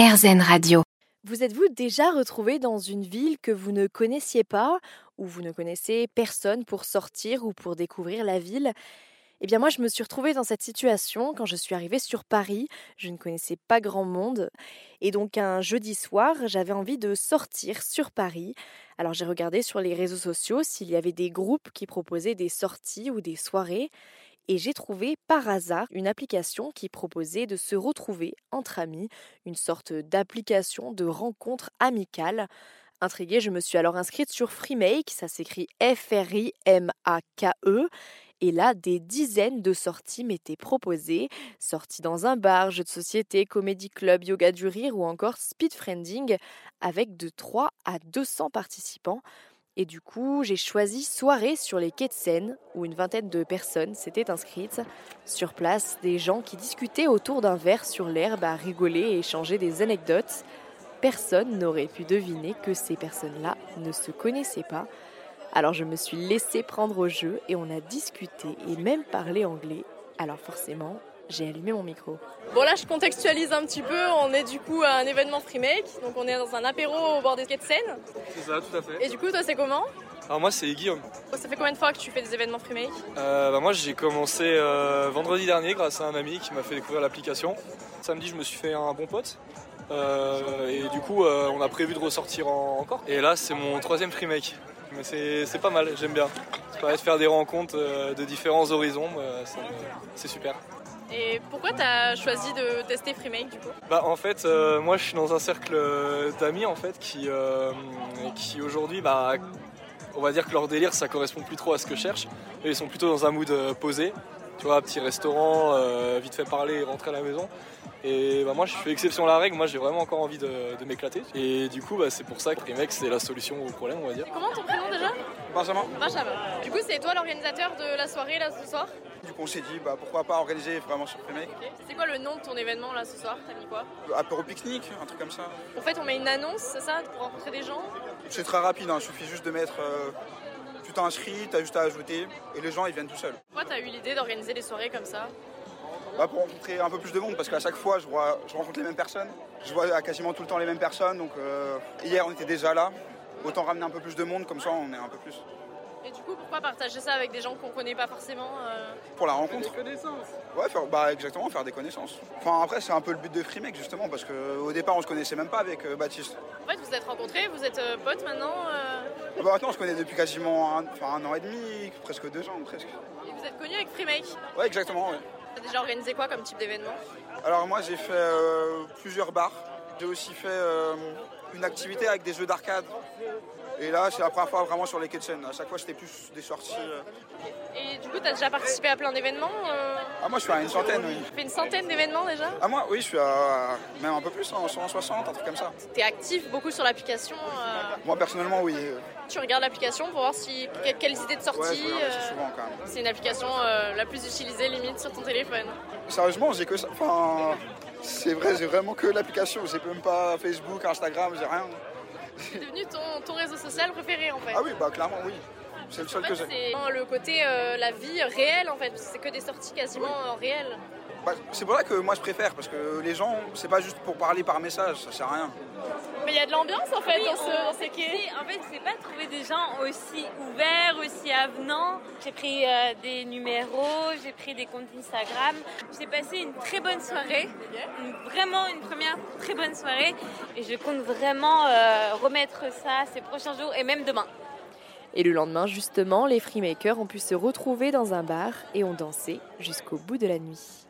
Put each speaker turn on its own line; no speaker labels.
RZN Radio.
Vous êtes-vous déjà retrouvé dans une ville que vous ne connaissiez pas ou vous ne connaissez personne pour sortir ou pour découvrir la ville Eh bien moi je me suis retrouvée dans cette situation quand je suis arrivée sur Paris, je ne connaissais pas grand monde et donc un jeudi soir j'avais envie de sortir sur Paris. Alors j'ai regardé sur les réseaux sociaux s'il y avait des groupes qui proposaient des sorties ou des soirées et j'ai trouvé par hasard une application qui proposait de se retrouver entre amis, une sorte d'application de rencontre amicale. Intriguée, je me suis alors inscrite sur Freemake, ça s'écrit F-R-I-M-A-K-E. E, Et là, des dizaines de sorties m'étaient proposées. Sorties dans un bar, jeux de société, comédie club, yoga du rire ou encore speed friending avec de 3 à 200 participants. Et du coup, j'ai choisi soirée sur les quais de Seine, où une vingtaine de personnes s'étaient inscrites. Sur place, des gens qui discutaient autour d'un verre sur l'herbe à rigoler et échanger des anecdotes. Personne n'aurait pu deviner que ces personnes-là ne se connaissaient pas. Alors je me suis laissée prendre au jeu et on a discuté et même parlé anglais. Alors forcément, j'ai allumé mon micro.
Bon là je contextualise un petit peu, on est du coup à un événement Freemake, donc on est dans un apéro au bord des quais de Seine.
C'est ça, tout à fait.
Et du coup toi c'est comment
Alors moi c'est Guillaume.
Ça fait combien de fois que tu fais des événements Freemake
Euh, bah, moi j'ai commencé euh, vendredi dernier grâce à un ami qui m'a fait découvrir l'application. Samedi je me suis fait un bon pote. Euh, et du coup euh, on a prévu de ressortir en- encore. Et là c'est mon troisième remake. Mais c'est c'est pas mal, j'aime bien. Ça permet de faire des rencontres euh, de différents horizons, euh, ça me- c'est super.
Et pourquoi t'as choisi de tester Freemake du coup
Bah en fait euh, moi je suis dans un cercle euh, d'amis en fait qui, euh, qui aujourd'hui bah on va dire que leur délire ça correspond plus trop à ce que je cherche et ils sont plutôt dans un mood euh, posé tu vois petit restaurant euh, vite fait parler et rentrer à la maison et bah moi je fais exception à la règle moi j'ai vraiment encore envie de, de m'éclater et du coup bah, c'est pour ça que les mecs c'est la solution au problème on va dire
Comment ton prénom déjà
Benjamin.
Benjamin. Du coup c'est toi l'organisateur de la soirée là ce soir
Du coup, on s'est dit, bah, pourquoi pas organiser vraiment sur Primec
C'est quoi le nom de ton événement là ce soir T'as mis quoi
Apéro pique-nique, un truc comme ça.
En fait on met une annonce, c'est ça, pour rencontrer des gens
C'est très rapide, hein, il suffit juste de mettre. euh, tu t'inscris, t'as juste à ajouter et les gens ils viennent tout seuls.
Pourquoi t'as eu l'idée d'organiser des soirées comme ça
Bah, pour rencontrer un peu plus de monde parce qu'à chaque fois je, vois, je rencontre les mêmes personnes. Je vois à quasiment tout le temps les mêmes personnes donc euh, hier on était déjà là. Autant ramener un peu plus de monde comme ça on est un peu plus.
Et du coup pourquoi partager ça avec des gens qu'on connaît pas forcément euh
Pour la rencontre. Faire des connaissances. Ouais, faire- bah, exactement, faire des connaissances. Enfin après c'est un peu le but de Freemake justement parce qu'au départ on se connaissait même pas avec euh, Baptiste.
En fait vous êtes rencontrés, vous êtes euh, potes maintenant euh,
Ah Bah, maintenant on se connaît depuis quasiment un, enfin, un an et demi, presque deux ans presque.
et vous êtes connus avec Freemake
Ouais, exactement. ouais.
T'as déjà organisé quoi comme type d'événement
Alors moi j'ai fait euh, plusieurs bars. J'ai aussi fait euh, une activité avec des jeux d'arcade. Et là c'est la première fois vraiment sur les quais de Seine. À chaque fois c'était plus des sorties. euh.
Et du coup, t'as déjà participé à plein d'événements euh,
Ah moi je suis à une centaine oui.
T'as fait une centaine d'événements déjà
Ah moi oui je suis à même un peu plus, hein, 160, un truc comme ça.
T'es actif beaucoup sur l'application. euh,
Moi personnellement oui. euh,
tu regardes l'application pour voir si, que- quelles idées de
Ouais, je
sortie.
regarde assez
euh,
souvent quand même.
C'est une application euh, la plus utilisée limite sur ton téléphone.
Sérieusement j'ai que ça. Enfin c'est vrai j'ai vraiment que l'application. J'ai même pas Facebook, Instagram, j'ai rien.
C'est devenu ton, ton réseau social préféré en fait.
Ah oui bah clairement oui. C'est le seul
En
que
fait,
j'ai.
c'est vraiment le côté euh, la vie réelle en fait, parce que c'est que des sorties quasiment euh, réelles.
Bah, c'est pour ça que moi je préfère, parce que les gens, c'est pas juste pour parler par message, ça sert à rien.
Mais il y a de l'ambiance en fait
Oui,
dans, ce,
on-
dans ces quais.
Si, En fait, c'est pas trouver des gens aussi ouverts, aussi avenants. J'ai pris euh, des numéros, j'ai pris des comptes Instagram. J'ai passé une très bonne soirée, une- vraiment une première très bonne soirée. Et je compte vraiment euh, remettre ça ces prochains jours et même demain.
Et le lendemain, justement, les freemakers ont pu se retrouver dans un bar et ont dansé jusqu'au bout de la nuit.